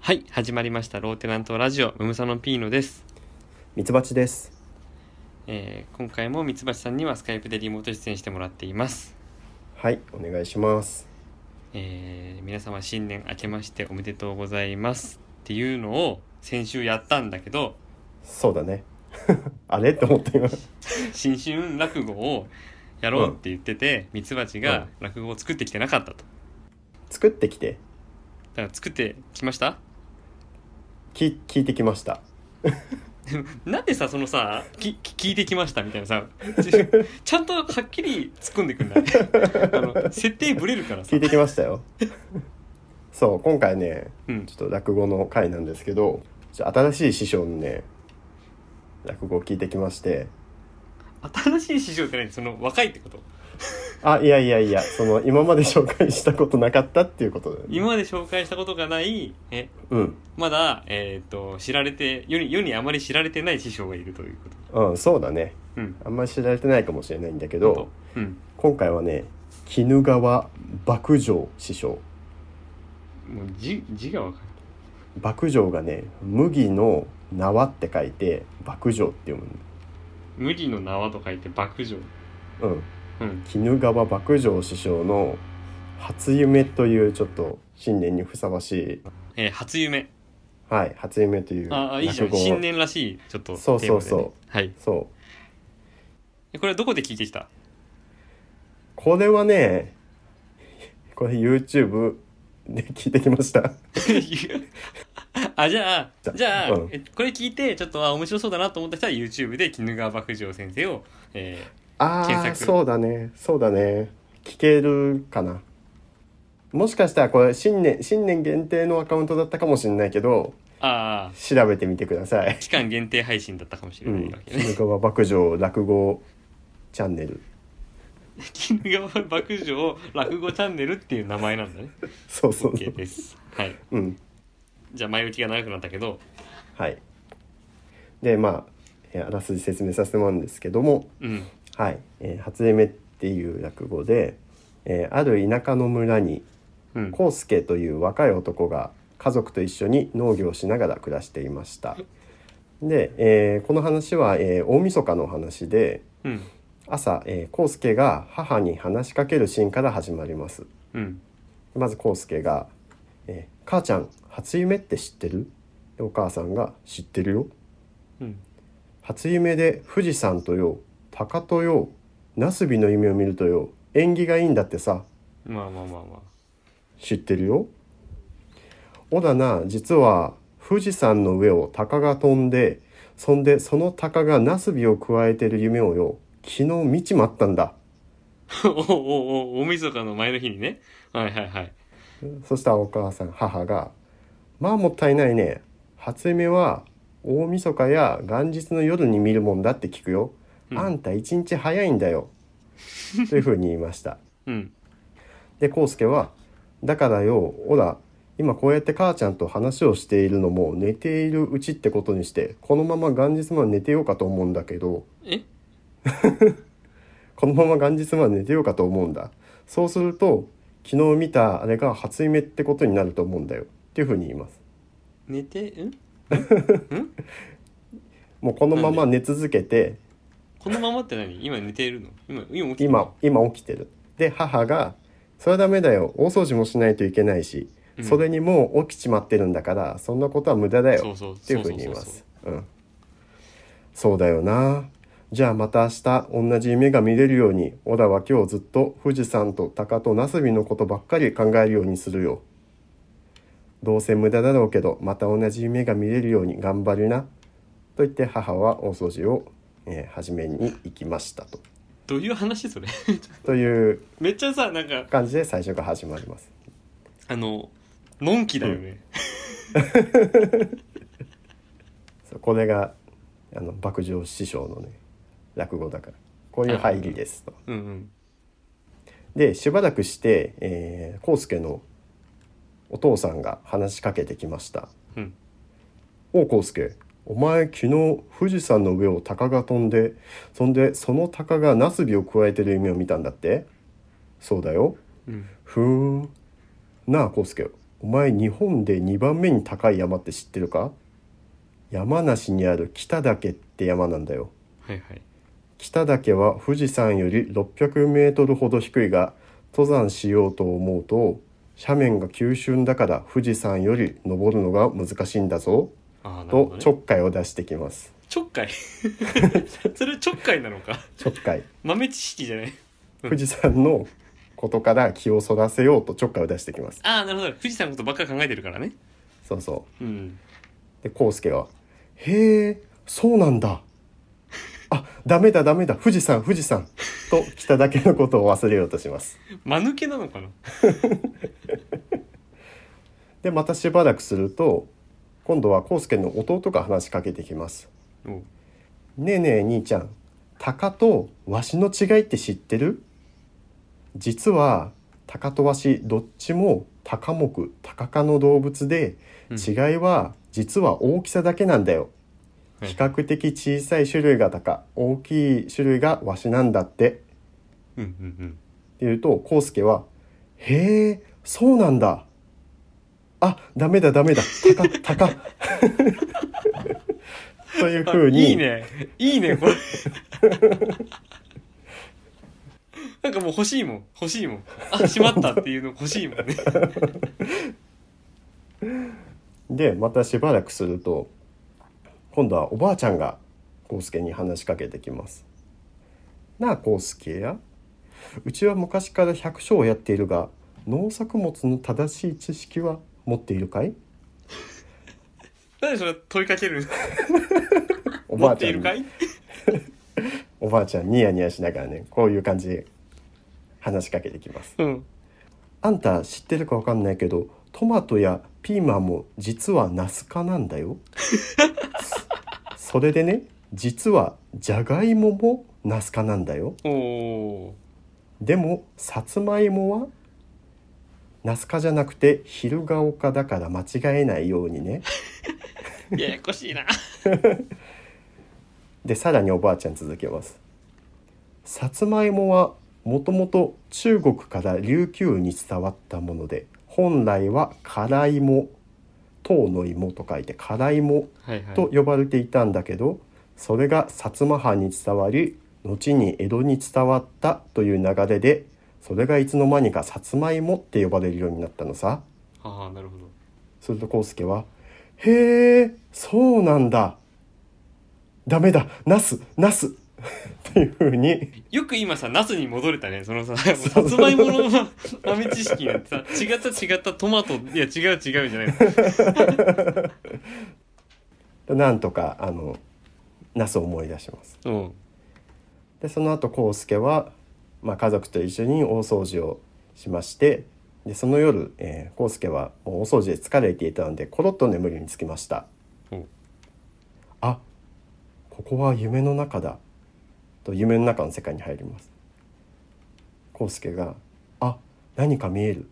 はい始まりましたローテナントラジオムムサノピーノです、ミツバチです。えー今回も三橋さんにはスカイプでリモート出演してもらっています、はい、お願いします。えー皆様新年明けましておめでとうございますっていうのを先週やったんだけどそうだね。 あれと思って今。新春落語をやろうって言ってて、ミツバチが落語を作ってきてなかったと作ってきて、だから作ってきましたき、聞いてきました。なんでさそのさきき聞いてきましたみたいなさちちゃんとはっきり突っ込んでくんないあの設定ぶれるからさ聞いてきまし たよ。そう、今回ね、うんちょっと落語の回なんですけど、ちょっと新しい師匠のね、落語を聞いてきまして、新しい市場って何その若いってことあ、いやいやいや、その今まで紹介したことなかったっていうことだよね。今まで紹介したことがないえうん。まだ、えー、と知られて世に世にあまり知られてない師匠がいるということうん、そうだね。うんあんまり知られてないかもしれないんだけど、うん今回はね、絹川幕城師匠。もう字字が分か麦城がね麦の縄って書いて麦城って読むんる麦の縄と書いて麦城だうんうん絹川麦城師匠の初夢というちょっと新年にふさわしいえー初夢はい初夢というああいいじゃん落語を新年らしいちょっとそうそうそうテーマでねはいそうえこれはどこで聞いてきた これはね これ YouTube で聞いてきましたあじゃあじゃあ、うんえこれ聞いてちょっとあ面白そうだなと思った人は YouTube で絹川幕城先生を、えあ検あ索そうだねそうだね聞けるかなもしかしたらこれ新年新年限定のアカウントだったかもしれないけどーああ調べてみてください期間限定配信だったかもしれうないんわ、けね、絹川幕城落語チャンネル絹川幕城落語チャンネルっていう名前なん だねそうそうそう OK ですはいうんじゃあ前置きが長くなったけどはいでまあえーあらすじ説明させてもらうんですけどもうん「はいえー、初夢」っていう落語で、えーある田舎の村にうん康介という若い男が家族と一緒に農業をしながら暮らしていましたで、えーこの話は、えー大晦日の話でうん朝、えー、康介が母に話しかけるシーンから始まりますうんまず康介が、えー母ちゃん初夢って知ってる?」でお母さんが「知ってるようん初夢で富士山とよ鷹とよナスビの夢を見るとよ縁起がいいんだってさまあまあまあまあ 知ってるよ」「おだな実は富士山の上を鷹が飛んでそんでその鷹がナスビをくわえてる夢をよ昨日見ちまったんだ」おおおお大晦日の前の日にねはいはいはいそしたらお母さん母が「まあもったいないね初夢は大晦日や元日の夜に見るもんだって聞くよ、うんあんた一日早いんだよ」というふうに言いましたうんで康介は「だからよおら今こうやって母ちゃんと話をしているのも寝ているうちってことにしてこのまま元日まで寝てようかと思うんだけどえ このまま元日まで寝てようかと思うんだそうすると昨日見たあれが初夢ってことになると思うんだよ」っていうふうに言います寝てんもうこのまま寝続けてこのままって何今寝ているの今今起きてる今今起きてるで母が「それはダメだよ大掃除もしないといけないし、うんそれにもう起きちまってるんだからそんなことは無駄だそよう」そうっていそううふうそうにそ言いうますうんそうだよなじゃあまた明日同じ夢が見れるように小田は今日ずっと富士山と鷹とナスビのことばっかり考えるようにするよどうせ無駄だろうけどまた同じ夢が見れるように頑張りなと言って母は大掃除を、えー始めに行きましたとどういう話それ というめっちゃさなんか感じで最初が始まりますあののんきだよね、そうこれがあの幕上師匠のね落語だからこういう入りですとうん、うんでしばらくして、えー、康介のお父さんが話しかけてきましたうん「おう康介お前昨日富士山の上を鷹が飛んでそんでその鷹がナスビをくわえてる夢を見たんだってそうだようんふーんなあ康介お前日本で2番目に高い山って知ってるか山梨にある北岳って山なんだよはいはい北岳は富士山より600メートルほど低いが登山しようと思うと斜面が急峻だから富士山より登るのが難しいんだぞああなるほとど、ちょね、っかいを出してきますちょっかい それはちょっかいなのかちょっかい豆知識じゃない富士山のことから気をそらせようとちょっかいを出してきますああなるほど富士山のことばっかり考えてるからねそうそううんで康介は「へえそうなんだ」あ「ダメだダメだ富士山富士山」と北だけのことを忘れようとします間抜けなのかなでまたしばらくすると今度は康介の弟が話しかけてきますおう「ねえねえ兄ちゃん鷹とわしの違いって知ってる?」実は鷹とわしどっちもタカ目タカ科の動物でうん違いは実は大きさだけなんだよ、はい比較的小さい種類がタカ大きい種類がワシなんだってうんうんうんって言うと康介は「へえそうなんだ」あダメだダメだタカタカ というふうにあいいねいいねこれ なんかもう欲しいもん欲しいもんあしまったっていうの欲しいもんねでまたしばらくすると今度はおばあちゃんが康介に話しかけてきます。なあ康介やうちは昔から百姓をやっているが農作物の正しい知識は持っているかい なんでそれ問いかけるお持ばあっちてゃいんるにかいおばあちゃんニヤニヤしながらねこういう感じで話しかけてきます。うんあんた知ってるかわかんないけどトマトやピーマンも実はナス科なんだよ そそれでね実はジャガイモもナス科なんだよおおでもさつまいもはナス科じゃなくて昼顔科だから間違えないようにねーややこしいなでさらにおばあちゃん続けますさつまいもはもともと中国から琉球に伝わったもので本来は辛いも唐の芋と書いて辛いもはいはいと呼ばれていたんだけど、それが薩摩藩に伝わり後に江戸に伝わったという流れでそれがいつの間にかさつまいもって呼ばれるようになったのさああなるほどすると康介は「へえそうなんだダメだナスナス」 っていうふうによく今さ、ナスに戻れたね。そ のさ、さつまいものま豆知識になってさ、違った違ったトマト、いや違う違うじゃないの。なんとかあのナスを思い出します。うん。でその後康介は、まあ、家族と一緒に大掃除をしましてでその夜、えー、康介はもう大掃除で疲れていたのでコロッと眠りにつきましたほうあここは夢の中だと夢の中の世界に入ります康介が「あ何か見える」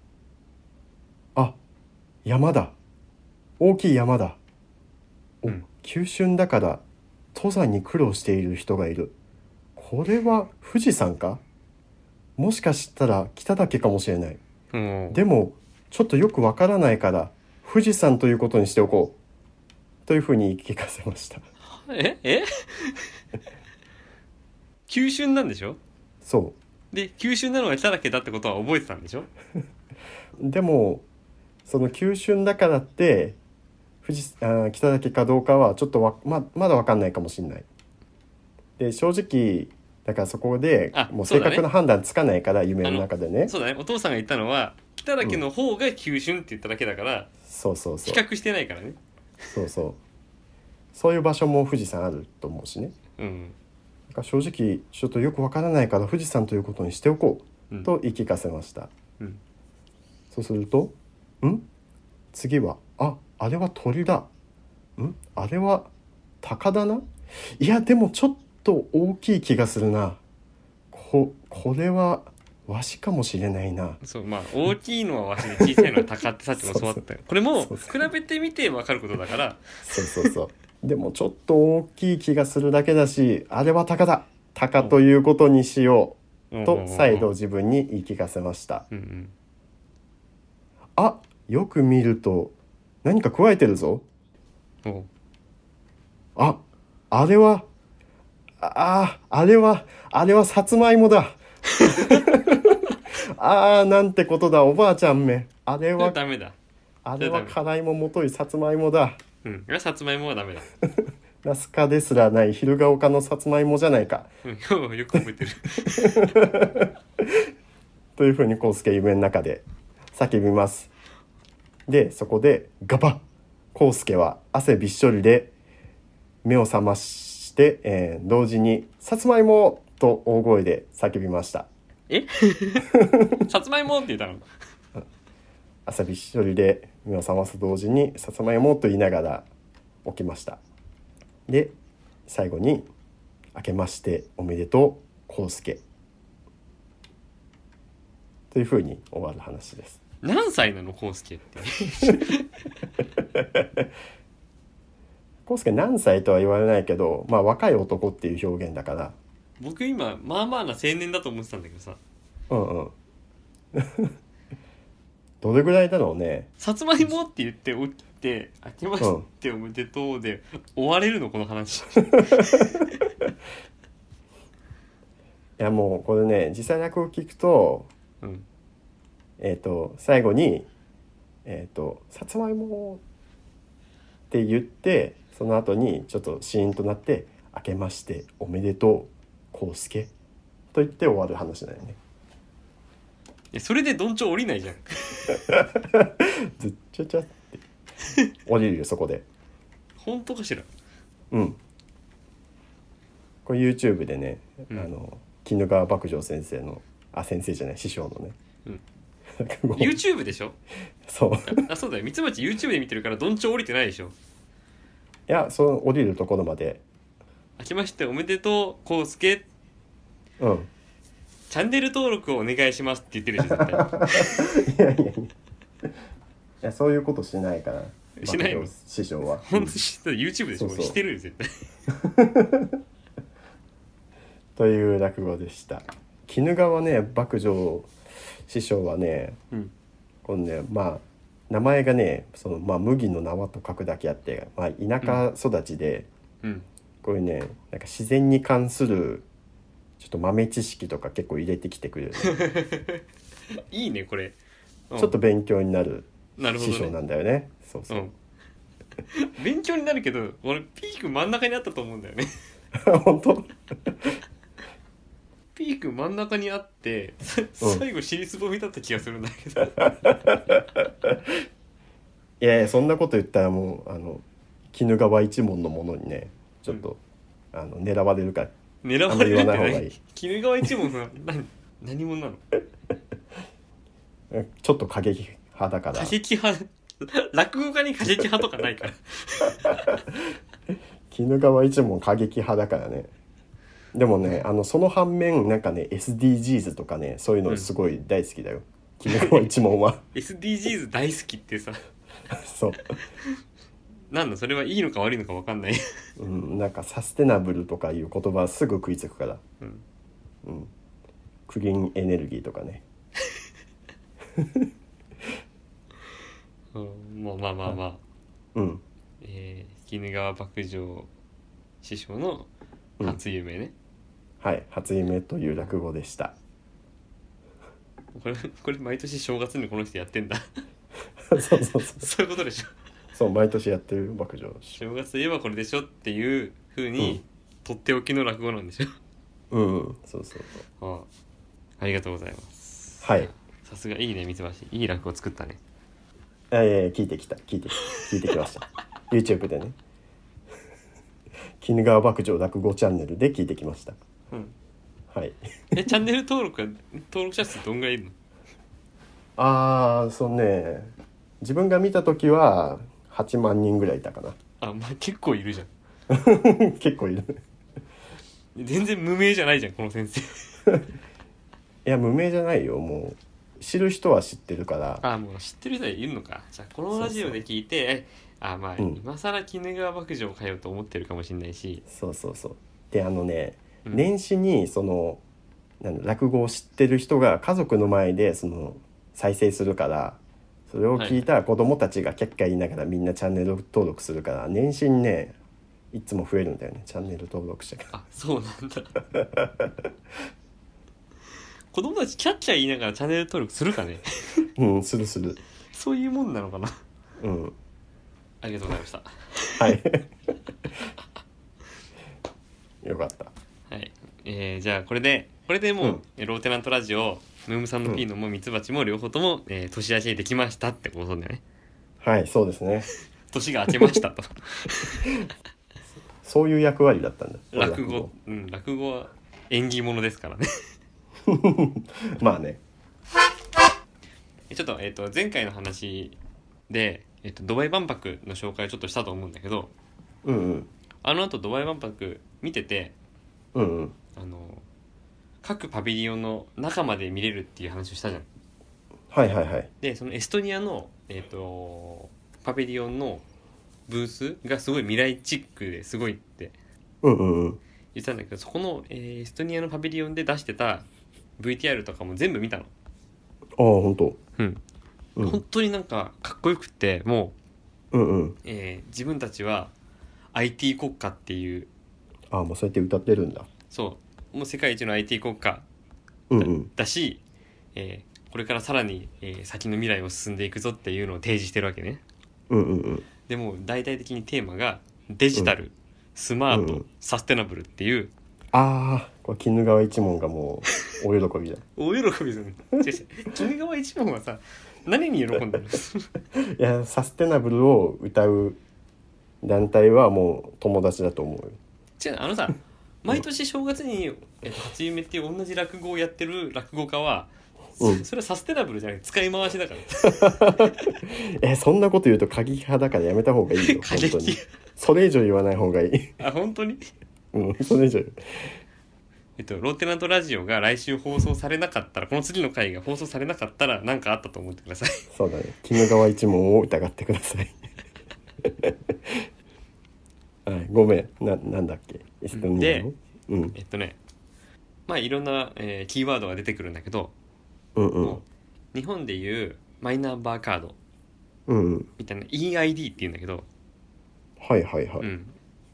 「あ山だ大きい山だ」おうん急峻だから登山に苦労している人がいる」これは富士山かもしかしたら北岳かもしれないうん。でもちょっとよくわからないから富士山ということにしておこうというふうに言い聞かせましたええ急峻なんでしょそで、急峻なのが北だけだってことは覚えてたんでしょうでもその急峻だからって富士あー北岳かどうかはちょっとわままだわかんないかもしれないで正直だからそこであもうそう正だね確な判断つかないから、夢の中でねそうだね。お父さんが言ったのは、北だけの方が急峻って言っただけだから、そうそうそ比う較してないからね。そうそうそういう場所も富士山あると思うしねうん。なんか正直ちょっとよくわからないから富士山ということにしておこう、うんと言い聞かせました、うんそうすると「ん次はああれは鳥だんあれは鷹だないやでもちょっと大きい気がするなここれはわしかもしれないなそう、まあ、大きいのはわしで小さいのは高ってさっきも教わったよ。これも、そう比そうべてみてわかることだから、そうそうそう でもちょっと大きい気がするだけだしあれは鷹だ鷹ということにしよううんうんとうん再度自分に言い聞かせましたうんあよく見ると何か加えてるぞおうああれはあああれはあれはさつまいもだああなんてことだおばあちゃんめあれはダメだあれは辛いももといさつまいもだうんいやさつまいもはダメだナスカですらない昼が丘のさつまいもじゃないかうんよく覚えて るというふうに康介夢の中で叫びますでそこでガバッ康介は汗びっしょりで目を覚まして、えー同時に「さつまいも!」と大声で叫びましたえさつまいもって言ったの汗びっしょりで目を覚ますと同時に「さつまいも!」と言いながら起きましたで最後に「明けましておめでとう康介」というふうに終わる話です何歳なの康介って康介何歳とは言われないけど、まあ、若い男っていう表現だから僕今まあまあな青年だと思ってたんだけどさうんうん どれぐらいだろうねさつまいもって言って起きて「明けましておめでとう」で終われるのこの話いやもうこれね実際落語聞くとうんえー、と最後に「えー、とさつまいも」って言ってその後にちょっとシーンとなって「明けましておめでとう康介」と言って終わる話だよね。いやそれでどんちょう降りないじゃんずっちゃちゃって降りるよそこで。本当かしらうん。これ YouTube でね、うんあの絹川幕城先生のあ先生じゃない師匠のね。 うんなんかこう YouTube でしょそういあそうだよミツバチ YouTube で見てるからどんちょう降りてないでしょやその降りるところまで「明けましておめでとう康介うん チャンネル登録をお願いします」って言ってるでしょ絶対 いやいやいやいやそういうことしないからしないのまあ師匠は本当知ってる YouTube でしょそうそうしてるよ絶対という落語でした絹川ね幕城師匠はねうんこのねまあ名前がねその、まあ、麦の縄と書くだけあって、まあ、田舎育ちで、うんこういうねなんか自然に関するちょっと豆知識とか結構入れてきてく れるちいいねこれちょっと勉強になるなるほ師匠どなねんだよね。そううそうん勉強になるけど俺ピーク真ん中にあったと思うんだよね 本当ピーク真ん中にあってさうん最後尻すぼみだった気がするんだけど いやいやそんなこと言ったらもうあの絹川一門のものにねちょっと、あの狙われるから狙われるあってんま言わない方がい何い絹川一門の 何何者なのえちょっと過激派だか過ら激派 落語家に過激派とかない から絹川一門過激派だからねでもねあのその反面なんかね SDGs とかねそういうのすごい大好きだよ、絹川一門は SDGs 大好きってさそう、なんだそれはいいのか悪いのか分かんない、 うん、なんかサステナブルとかいう言葉すぐ食いつくから、うん、うん、クリーンエネルギーとかねうんもうまあまあまあ、うんえー、鬼怒川幕城師匠の初夢ね、はい初夢という落語 でしたこれ これ毎年正月にこの人やってんだ そうそうそうそういうことでしょそう毎年やってる幕上正月といえばこれでしょっていうふうに、うんとっておきの落語なんで しょうんそうそうそうああありがとうございますはいさすがいいね三橋いい落語作ったねえー、聞いてきた聞いてきた聞いてきました YouTube でね絹川幕上落語チャンネルで聞いてきましたうんはいえチャンネル登録は登録者数どんぐらいいるのああそうね自分が見た時は8万人ぐらいいたかな あまあ結構いるじゃん結構いる全然無名じゃないじゃんこの先生いや無名じゃないよもう知る人は知ってるから あもう知ってる人はいるのかじゃあこそうのそうラジオで聞いてえあまあ、うん今更鬼怒川幕城かよと思ってるかもしれないし、そうそうそうであのねうん年始にそのなんだ落語を知ってる人が家族の前でその再生するからそれを聞いたら子供たちがキャッキャ言いながらみんなチャンネル登録するから年始にねいつも増えるんだよねチャンネル登録して からあそうなんだ 子供たちキャッキャ言いながらチャンネル登録するかねうんするする そういうもんなのかなうんありがとうございましたはい よかったはい、えーじゃあこれでこれでもう、うんえーローテナントラジオムームさんのピーノもミツバチも両方とも、えー年明けできましたってことだよねはいそうですね年が明けました とそういう役割だったんだ落語うん落語は縁起物ですからね まあねえちょっと,、えー、と前回の話で、えー、とドバイ万博の紹介をちょっとしたと思うんだけどうんうんあのあとドバイ万博見ててうんうんあの各パビリオンの中まで見れるっていう話をしたじゃんはいはいはいでそのエストニアの、えー、とパビリオンのブースがすごい未来チックですごいってうんうんうん言ってたんだけどそこの、えーエストニアのパビリオンで出してた VTR とかも全部見たの、ああ本当うんう本ん当になんかかっこよくってもうんうんう、えー自分たちは IT 国家っていうああもうそうやって歌ってるんだそうもう世界一の IT 国家うんうんだし、えーこれからさらに、えー先の未来を進んでいくぞっていうのを提示してるわけねうんうんうんでもう大々的にテーマがデジタル、スマート、うんサステナブルっていうああこれ鬼怒川一門がもう大喜びだ 大喜びするの違う違う君川一門はさ何に喜んでるの いやサステナブルを歌う団体はもう友達だと思うよ違うあのさ毎年正月に、えっと、初夢っていう同じ落語をやってる落語家は、うんそれはサステナブルじゃなくて使い回しだからえそんなこと言うと過激派だからやめた方がい いよ過本激当にそれ以上言わない方がいい あ本当にうんそれ以上えっと、ローテナントラジオが来週放送されなかったらこの次の回が放送されなかったら何かあったと思ってくださいそうだね鬼怒川一門を疑ってください はいごめんななんだっけエストニアのうんえっとねまあいろんな、えーキーワードが出てくるんだけど、うんうもんう日本でいうマイナンバーカードうんうんみたいな EID っていうんだけど、はいはいはういん、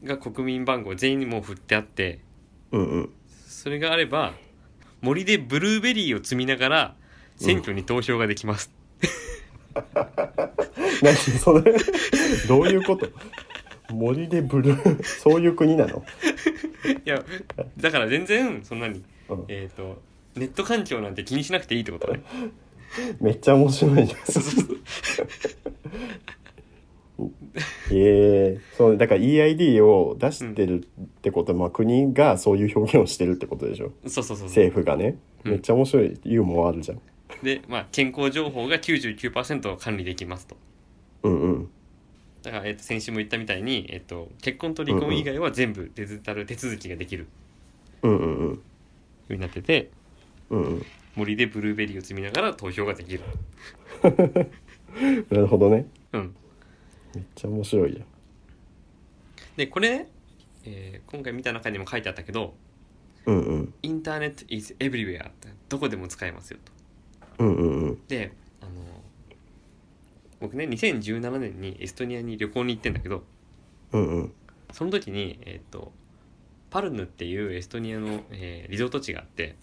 が国民番号全員にもう振ってあってうんうんそれがあれば森でブルーベリーを摘みながら選挙に投票ができます、何それどういうこと森でブルーそういう国なの、 いやだから全然そんなにうん、えっ、とネット環境なんて気にしなくていいってこと ねめっちゃ面白 いじゃんそうそうそうええそうだから EID を出してるってことは、まあ、国がそういう表現をしてるってことでしょそうそうそうそう政府がねうんめっちゃ面白いユーモアあるじゃんで、まあ、健康情報が99%を管理できますとうんうんだから、えー、と先週も言ったみたいに、えー、と結婚と離婚以外は全部デジタル手続きができるようんうんうんうになっててうんうん森でブルーベリーを摘みながら投票ができるなるほどねうんめっちゃ面白いじでこれね、えー今回見た中にも書いてあったけどゃんうんうんインターネット is everywhere ってどこでも使えますよとうんうんうんであの僕ね2017年にエストニアに旅行に行ってんだけどうんうんその時に、えっとパルヌっていうエストニアの、えーリゾート地があって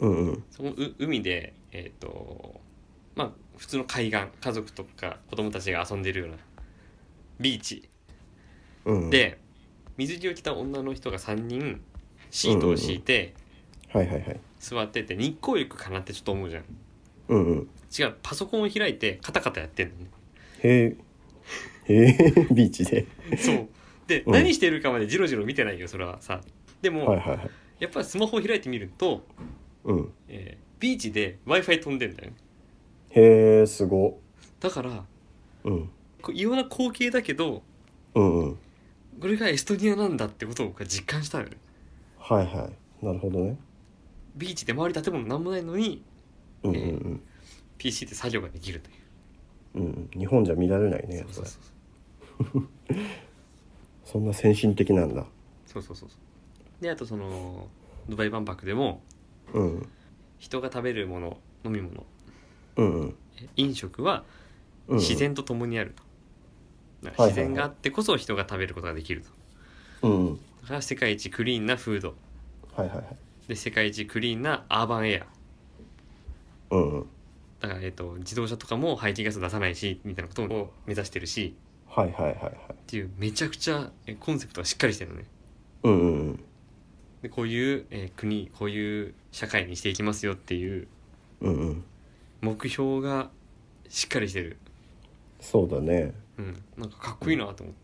うんうんそのう海で、えっとまあ、普通の海岸家族とか子供たちが遊んでるようなビーチうんうんで水着を着た女の人が3人シートを敷いてはいはいはい座ってて日光浴かなってちょっと思うじゃんうんうん違うパソコンを開いてカタカタやってんのねへえへえビーチでそうで、うん何してるかまでジロジロ見てないよそれはさでも、はいはいはいやっぱりスマホを開いてみると、うんえービーチで w i f i 飛んでんだよねへえすごだからうんこういろんな光景だけどうんうんこれがエストニアなんだってことを僕は実感したのよねはいはいなるほどねビーチで周り建物なんもないのにうんうんうん PC で作業ができるといううんうん、日本じゃ見られないねそうそうそうそんな先進的なんだそうそうそうそうであとそのドバイ万博でもうん人が食べるもの飲み物うんうん飲食は、うん自然と共にあると、だからはいはいはい自然があってこそ人が食べることができるとうんだから世界一クリーンなフードはいはいはいで世界一クリーンなアーバンエアうんうんだから、えっと自動車とかも排気ガス出さないしみたいなことを目指してるしはいはいはいはいっていうめちゃくちゃえコンセプトがしっかりしてるのねうんうんうんでこういう、えー国こういう社会にしていきますよっていううんうん目標がしっかりしてる、そうだねうん、なんかかっこいいなと思って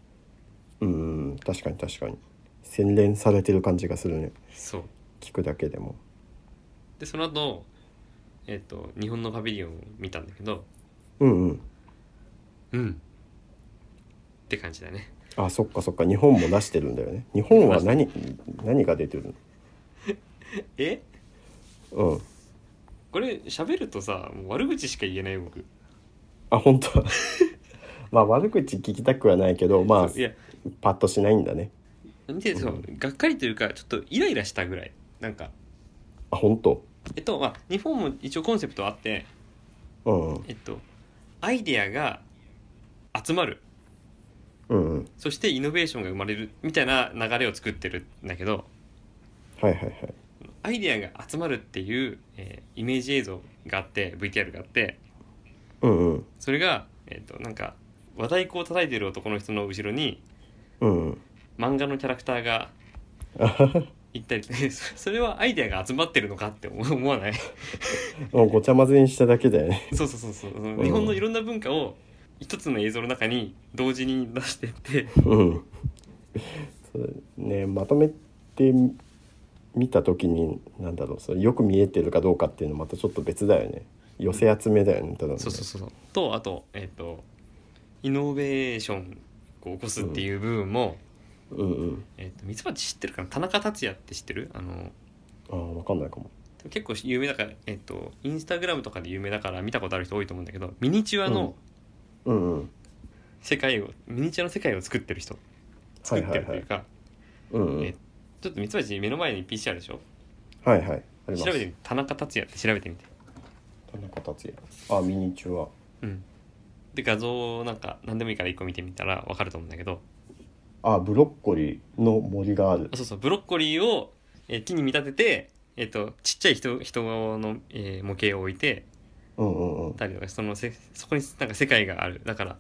うんうん確かに確かに洗練されてる感じがするねそう聞くだけでもでその後えっ、と日本のパビリオンを見たんだけどうんうんうんって感じだねあそっかそっか日本も出してるんだよね日本は何何が出てるえのうんこれ喋るとさもう悪口しか言えない僕あ本当 まあ悪口聞きたくはないけどまあそういやパッとしないんだねでそううがっかりというかちょっとイライラしたぐらいなんかあ本当えっとまあ日本も一応コンセプトあってうんうんえっとアイデアが集まるうんうんそしてイノベーションが生まれるみたいな流れを作ってるんだけどはいはいはいアイデアが集まるっていう、えーイメージ映像があって VTR があってうんうんそれが、えー、となんか和太鼓を叩いてる男の人の後ろにうんうん漫画のキャラクター があはは行ったりしてそそれはアイデアが集まってるのかって思思 わないもうごちゃ混ぜにしただけだよねそうそうそうそうそのうん日本のいろんな文化を一つの映像の中に同時に出してってうんそうねまとめて見た時になんだろうそれよく見えてるかどうかっていうのまたちょっと別だよね寄せ集めだよねただのねそうそうそうそうとあとえっ、とイノベーションを起こすっていう部分も、うんうんえっとミツバチ知ってるかな田中達也って知ってるあのああ分かんないかも結構有名だから、えっと、インスタグラムとかで有名だから見たことある人多いと思うんだけどミニチュアのうんうん世界を、ミニチュアの世界を作ってる人作ってるというか、うんうんえちょっとミツバチ目の前に PC あるでしょはいはいあり調べますてみて田中達也って調べてみて、田中達也あミニチュアうん、で画像をなんか何でもいいから一個見てみたらわかると思うんだけどあブロッコリーの森があるあそうそうブロッコリーを、えー木に見立てて、えっとちっちゃい人人の、えー模型を置いてうんうんうんたりとかそのせそこになんか世界があるだから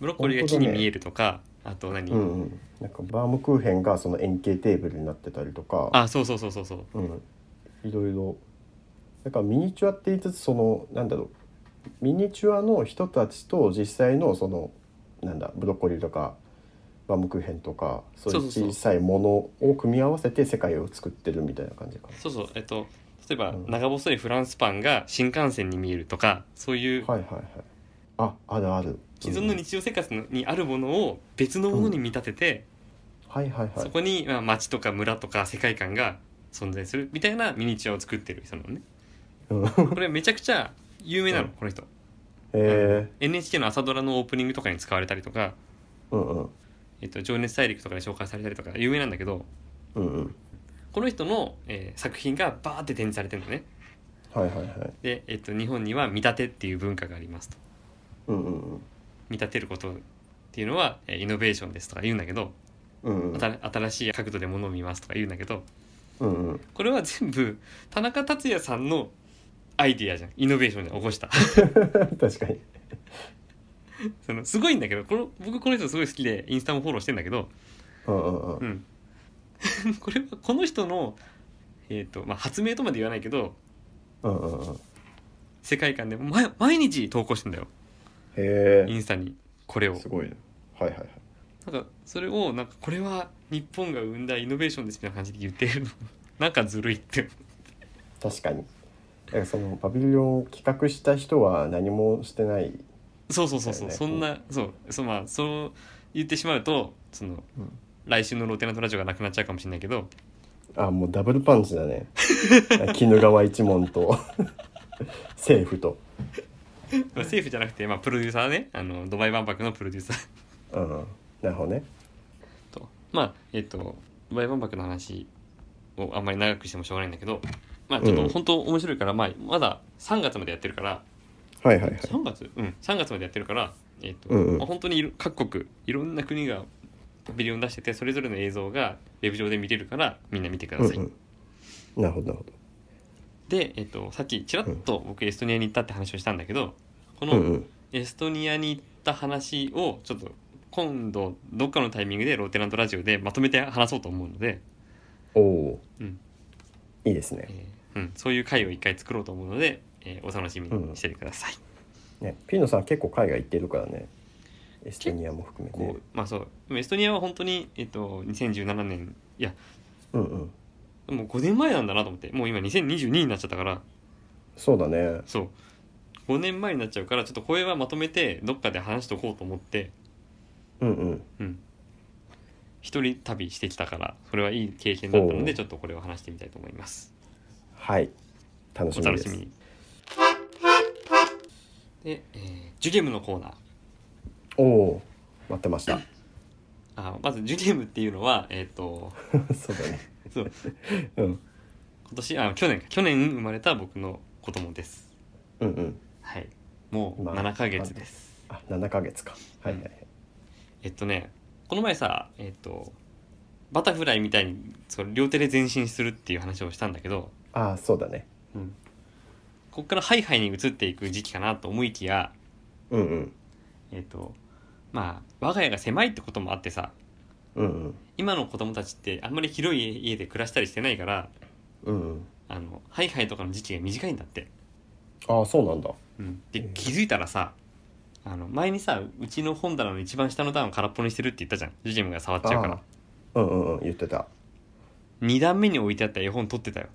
ブロッコリーが木本当にだね見えるとか、あと何、うんうんなんかバームクーヘンがその円形テーブルになってたりとかあそうそうそうそうそううん、いろいろだからミニチュアって言いつつそのなんだろうミニチュアの人たちと実際のそのなんだブロッコリーとかバームクーヘンとかそういうそうそうそう小さいものを組み合わせて世界を作ってるみたいな感じかそうそうえっと例えばうん長細いフランスパンが新幹線に見えるとかそういうはいはいはいああるある既存のうん日常生活のにあるものを別のものに見立てて、はいはいはそいこに、まあ、町とか村とか世界観が存在するみたいなミニチュアを作ってる人なの ねうんへこれめちゃくちゃ有名なの、うんこの人え NHK の朝ドラのオープニングとかに使われたりとか「うんうんえっと、情熱大陸」とかで紹介されたりとか有名なんだけどうんうんこの人の、えー作品がバーって展示されてるのねはいはいはいで、えっと、日本には見立てっていう文化がありますと。うんうんうん見立てることっていうのはえーイノベーションですとか言うんだけど、うんうん新新しい角度で物を見ますとか言うんだけどうんうん これは全部田中達也さんのアイディアじゃんイノベーションじゃん起こした 確かにそのすごいんだけどこの僕この人すごい好きでインスタもフォローしてんだけど、うんうんうんうん これはこの人の、えーとまあ、発明とまで言わないけどうんうんうんへ世界観で毎毎日投稿してんだよイえンスタにこれをすごいねはいはいはいなんかそれをなんかこれは日本が生んだイノベーションですみたいな感じで言ってるの なんかずるいって確かにだからそのパビリオンを企画した人は何もしてない、そうそうそうそう、だよそねんなそうそうまあそう言ってしまうとその来週のローテナントラジオがなくなっちゃうかもしれないけどあもうダブルパンチ だね鬼怒川一門と 政府と、まあ政府じゃなくて、まあ、プロデューサーねあのドバイ万博のプロデューサーうん、なるほどね とまあえっ、とドバイ万博の話をあんまり長くしてもしょうがないんだけどまあちょっうんと本当面白いから、まあ、まだ3月までやってるからはいはいはい3月うん3月までやってるからえっとうんうんまあ本当にいろ各国いろんな国がパビリオン出しててそれぞれの映像がウェブ上で見れるからみんな見てください、うんうん、なるほどなるほどで、えっとさっきちらっと僕エストニアに行ったって話をしたんだけどこうんうのんエストニアに行った話をちょっと今度どっかのタイミングでローテナントラジオでまとめて話そうと思うので、おおー、うんいいですねえーうん、そういう回を一回作ろうと思うので、えーお楽しみにしててください。ねピーノさん結構海外行ってるからねエストニアも含めこてうまあそうでもエストニアは本当にえっ、と2017年いやうんうんもう5年前なんだなと思ってもう今2022になっちゃったからそうだねそう5年前になっちゃうからちょっとこれはまとめてどっかで話しとこうと思ってうんうんうん一人旅してきたからそれはいい経験だったのほうでちょっとこれを話してみたいと思いますはい楽しおみ楽でしすみにで、えージュゲムのコーナーおおー待ってました あまずジュゲムっていうのはえっ、とそうだねそううん今年あ去年か去年生まれた僕の子供ですうんうんはいもうまあ7ヶ月です、あ7ヶ月かはいはいはいえっとねこの前さえっとバタフライみたいにその両手で前進するっていう話をしたんだけど、ああそうだねこっからハイハイに移っていく時期かなと思いきやうんうんえっとまあ我が家が狭いってこともあってさうん今の子供たちってあんまり広い家で暮らしたりしてないからうんうんうんあのハイハイとかの時期が短いんだって、ああそうなんだうん、でうん気づいたらさあの前にさうちの本棚の一番下の段を空っぽにしてるって言ったじゃんジュジェムが触っちゃうからあーうんうんうん言ってた2段目に置いてあった絵本取ってたよ、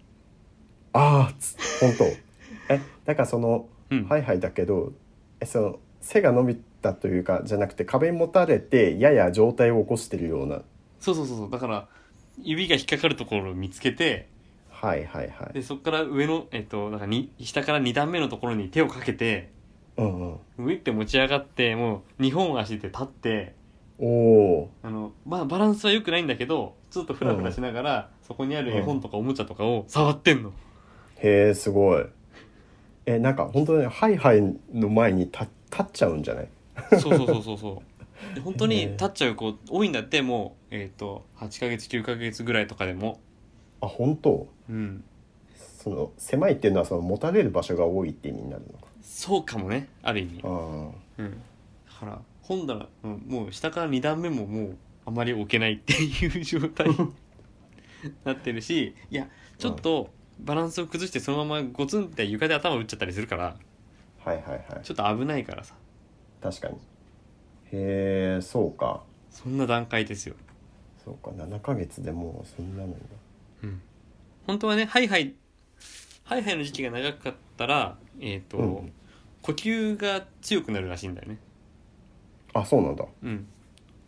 ああつ本当 えだからそのうんハイハイだけどえその背が伸びたというかじゃなくて壁にもたれてやや上体を起こしてるようなそうそうそうそうだから指が引っかかるところを見つけてはいはいはでいそこから上の、えっと、なんかに下から2段目のところに手をかけてうんうん上って持ち上がってもう2本足で立っておおあの、まあ、バランスは良くないんだけどちょっとフラフラしながら、そこにある絵本とかおもちゃとかを触ってんの、へえすごいえなんか本当にハイハイの前に立立っちゃうんじゃないそうそうそうそうそうで本当へにー立っちゃう子多いんだってもう、えっと8ヶ月9ヶ月ぐらいとかでもあ本当うんその狭いっていうのはその持たれる場所が多いって意味になるそうかもねある意味のかうん、だから本棚、うん、もう下から2段目ももうあまり置けないっていう状態なってるしいやちょっとバランスを崩してそのままゴツンって床で頭打っちゃったりするからああはいはいはいちょっと危ないからさ確かにへえそうかそんな段階ですよ、そうか7ヶ月でもうそんなのにうん、本当はねハイハイハイハイの時期が長かったらえっ、と、うん呼吸が強くなるらしいんだよねあそうなんだうん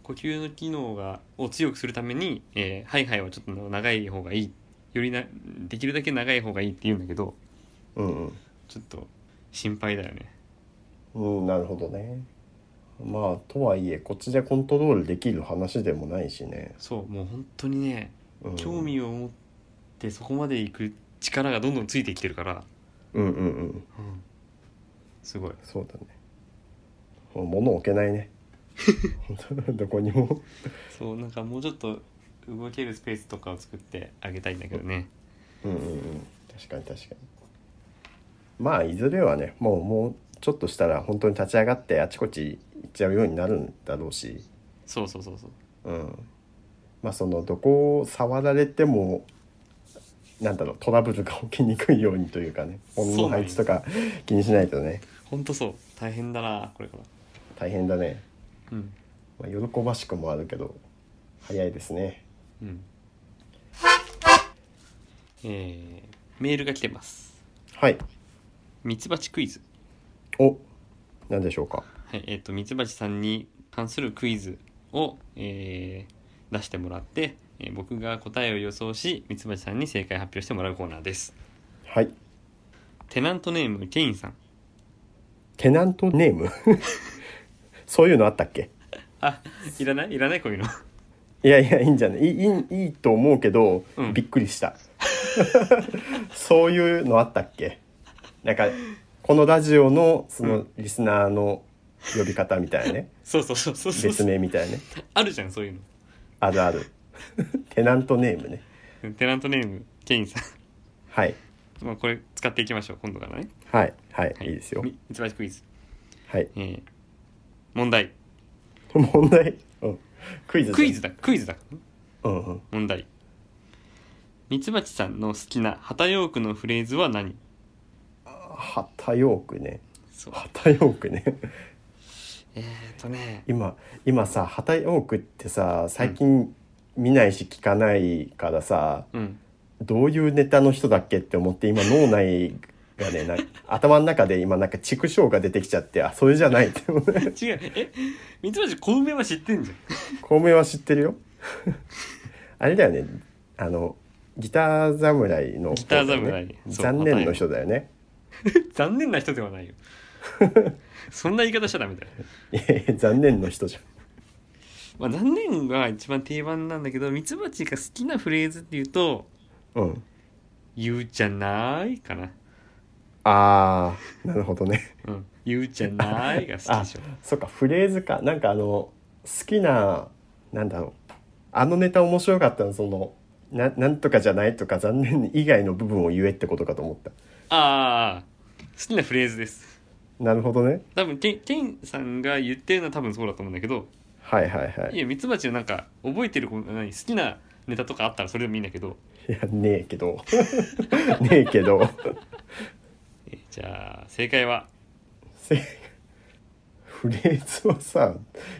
呼吸の機能がを強くするために、えーハイハイはちょっと長い方がいいよりなできるだけ長い方がいいって言うんだけどうんうんちょっと心配だよねうん、なるほどね。まあとはいえこっちでコントロールできる話でもないしね。そうもう本当にねうん、興味を持ってそこまで行く力がどんどんついてきてるから、うんうんうんうん、すごいそうだね。もう物置けない ね。どこにも。そうなんかもうちょっと動けるスペースとかを作ってあげたいんだけどねうんうんうん確かに確かに。まあいずれはねもうもうちょっとしたら本当に立ち上がってあちこち行っちゃうようになるんだろうし。そうそうそうそううん、まあそのどこを触られてもなんだろうトラブルが起きにくいようにというかね物の配置とか気にしないとね本当そう大変だなこれから大変だね、うんまあ、喜ばしくもあるけど早いですねうんえー、メールが来てますはいミツバチクイズお何でしょうかはいえっ、とミツバチさんに関するクイズを、えー出してもらって、えー僕が答えを予想しミツバチさんに正解発表してもらうコーナーですはいテナントネームケインさんテナントネーム そういうのあったっけあいらないいらないこういうの いやいやいいんじゃないいいいいいいと思うけど、うんびっくりした そういうのあったっけなんかこのラジオのそのリスナーの呼び方みたい なねそうそうそうそうそう別名みたいなねあるじゃんそういうあるあるテナントネームねのテナントネームケインさはいん まあこれ使っていきましょう今度からねはいはい、、はいいですよみミツバチクイズ、はいえー問題問題、うん、クイズじゃんクイズだクイズだからねうんうん問題ミツバチさんの好きな旗ヨークのフレーズは何はたよくねそうはたよくねえー、っとね今今さはたよくってさ最近見ないし聞かないからさ、うんどういうネタの人だっけって思って今脳内がねな頭の中で今なんか畜生が出てきちゃってあそれじゃない って思うね 違うえミツバチ小梅は知ってんじゃ ん小梅は知ってるよ あれだよねあのギター侍の、ギター侍そう残念の人だよね残念な人では ないよそんな言い方しちゃダメだよ、いやいや 残念の人じゃんまあ、残念が一番定番なんだけどミツバチが好きなフレーズっていうとうん「言うじゃない」かなああなるほどね「うん、言うじゃない」が好きでしょそっかフレーズかなんかあの好きななんだろうあのネタ面白かったのそのななんとかじゃないとか残念以外の部分を言えってことかと思った ああ好きなフレーズですなるほどね多分ケンケンさんが言ってるのは多分そうだと思うんだけどはいはいはいいやミツバチのなんか覚えてるこ何好きなネタとかあったらそれでもいいんだけど、いやねえけど ねえけど えじゃあ正解はせフレーズはさ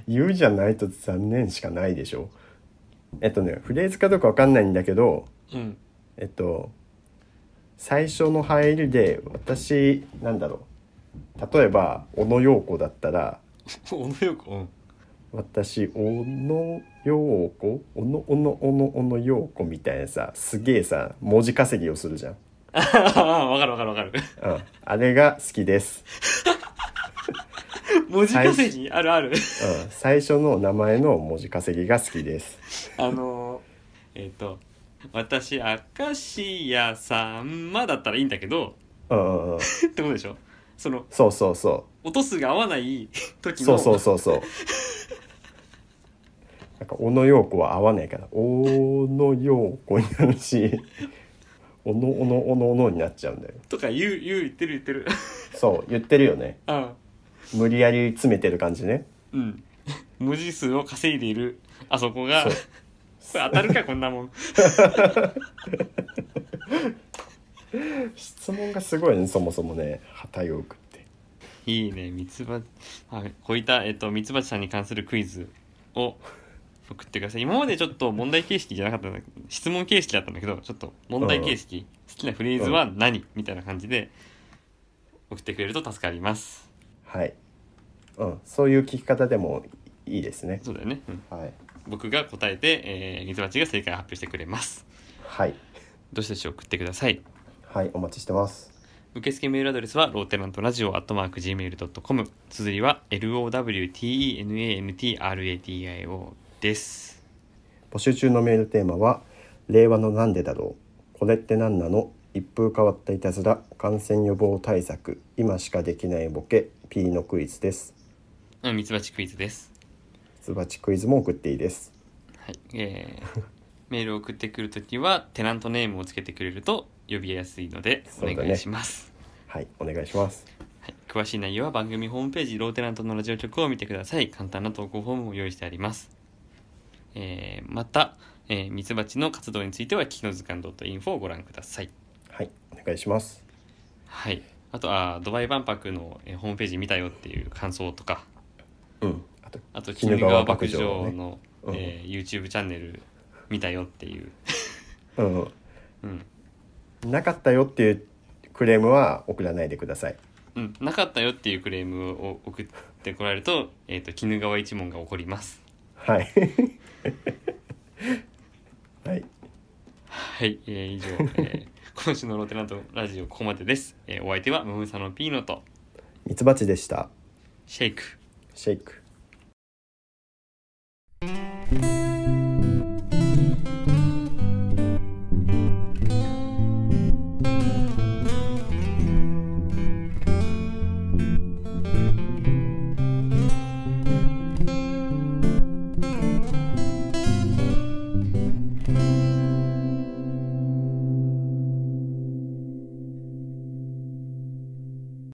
言うじゃないと残念しかないでしょえっとねフレーズかどうかわかんないんだけどうんえっと最初の入りで私なんだろう例えば小野陽子だったら小野洋子うん私小野陽子小野小野小野小野陽子みたいなさすげえさ文字稼ぎをするじゃん、ああ分かる分かる 分かるうん、あれが好きです、文字稼ぎあるあるうん、最初の名前の文字稼ぎが好きですあのえっ、と「私明石家さんま」だったらいいんだけどうんうんうんってことでしょそのそうそうそ音数が合わない時うのそうそうそうそうなんか小野陽子は合わないから小野陽子になるし小野小野小野小野になっちゃうんだよとか言う言う言ってる言って るそう言ってるよねあ無理やり詰めてる感じねうん文字数を稼いでいるあそこがそうこれ当たるかこんなもん質問がすごいねそもそもね旗よくっていいねミツバチあこういった、えっと、ミツバチさんに関するクイズを送ってください今までちょっと問題形式じゃなかったんだけど質問形式だったんだけどちょっと問題形式、好きなフレーズは何、みたいな感じで送ってくれると助かりますはい、うん、そういう聞き方でもいいですねそうだよね、うんはい、僕が答えて、えーミツバチが正解を発表してくれますはい、どしどし送ってくださいはい、お待ちしてます受付メールアドレスはローテナントラジオアットマーク Gmail.com 綴りは LOWTENANTRADIO です募集中のメールテーマは「令和のなんでだろうこれって何なの一風変わったいたずら感染予防対策今しかできないボケ P のクイズ」です。うんミツバチクイズですつばちクイズも送っていいです。はい、え ーメールを送ってくるときはテナントネームをつけてくれると呼びやすいのでおそうだね願いします、はい、お願いします。はい、詳しい内容は番組ホームページローテナントのラジオ局を見てください簡単な投稿フォームを用意してあります、えーまた、えーミツバチの活動についてはキノ図鑑 .info をご覧くださいはい、お願いします。はいあとあードバイ万博の、えーホームページ見たよっていう感想とかうん、あとあと鬼鬼怒怒川川牧牧場の場のねうんえー YouTube チャンネル見たよっていう、うん、うん、なかったよっていうクレームは送らないでください。うん、なかったよっていうクレームを送ってこられると、えっ、と、鬼怒川一門が起こります。はい。 はい、はい、えー以上、えー今週のロテナントラジオここまでです。えーお相手はムムサノピーノとミツバチでした。シェイク。シェイク。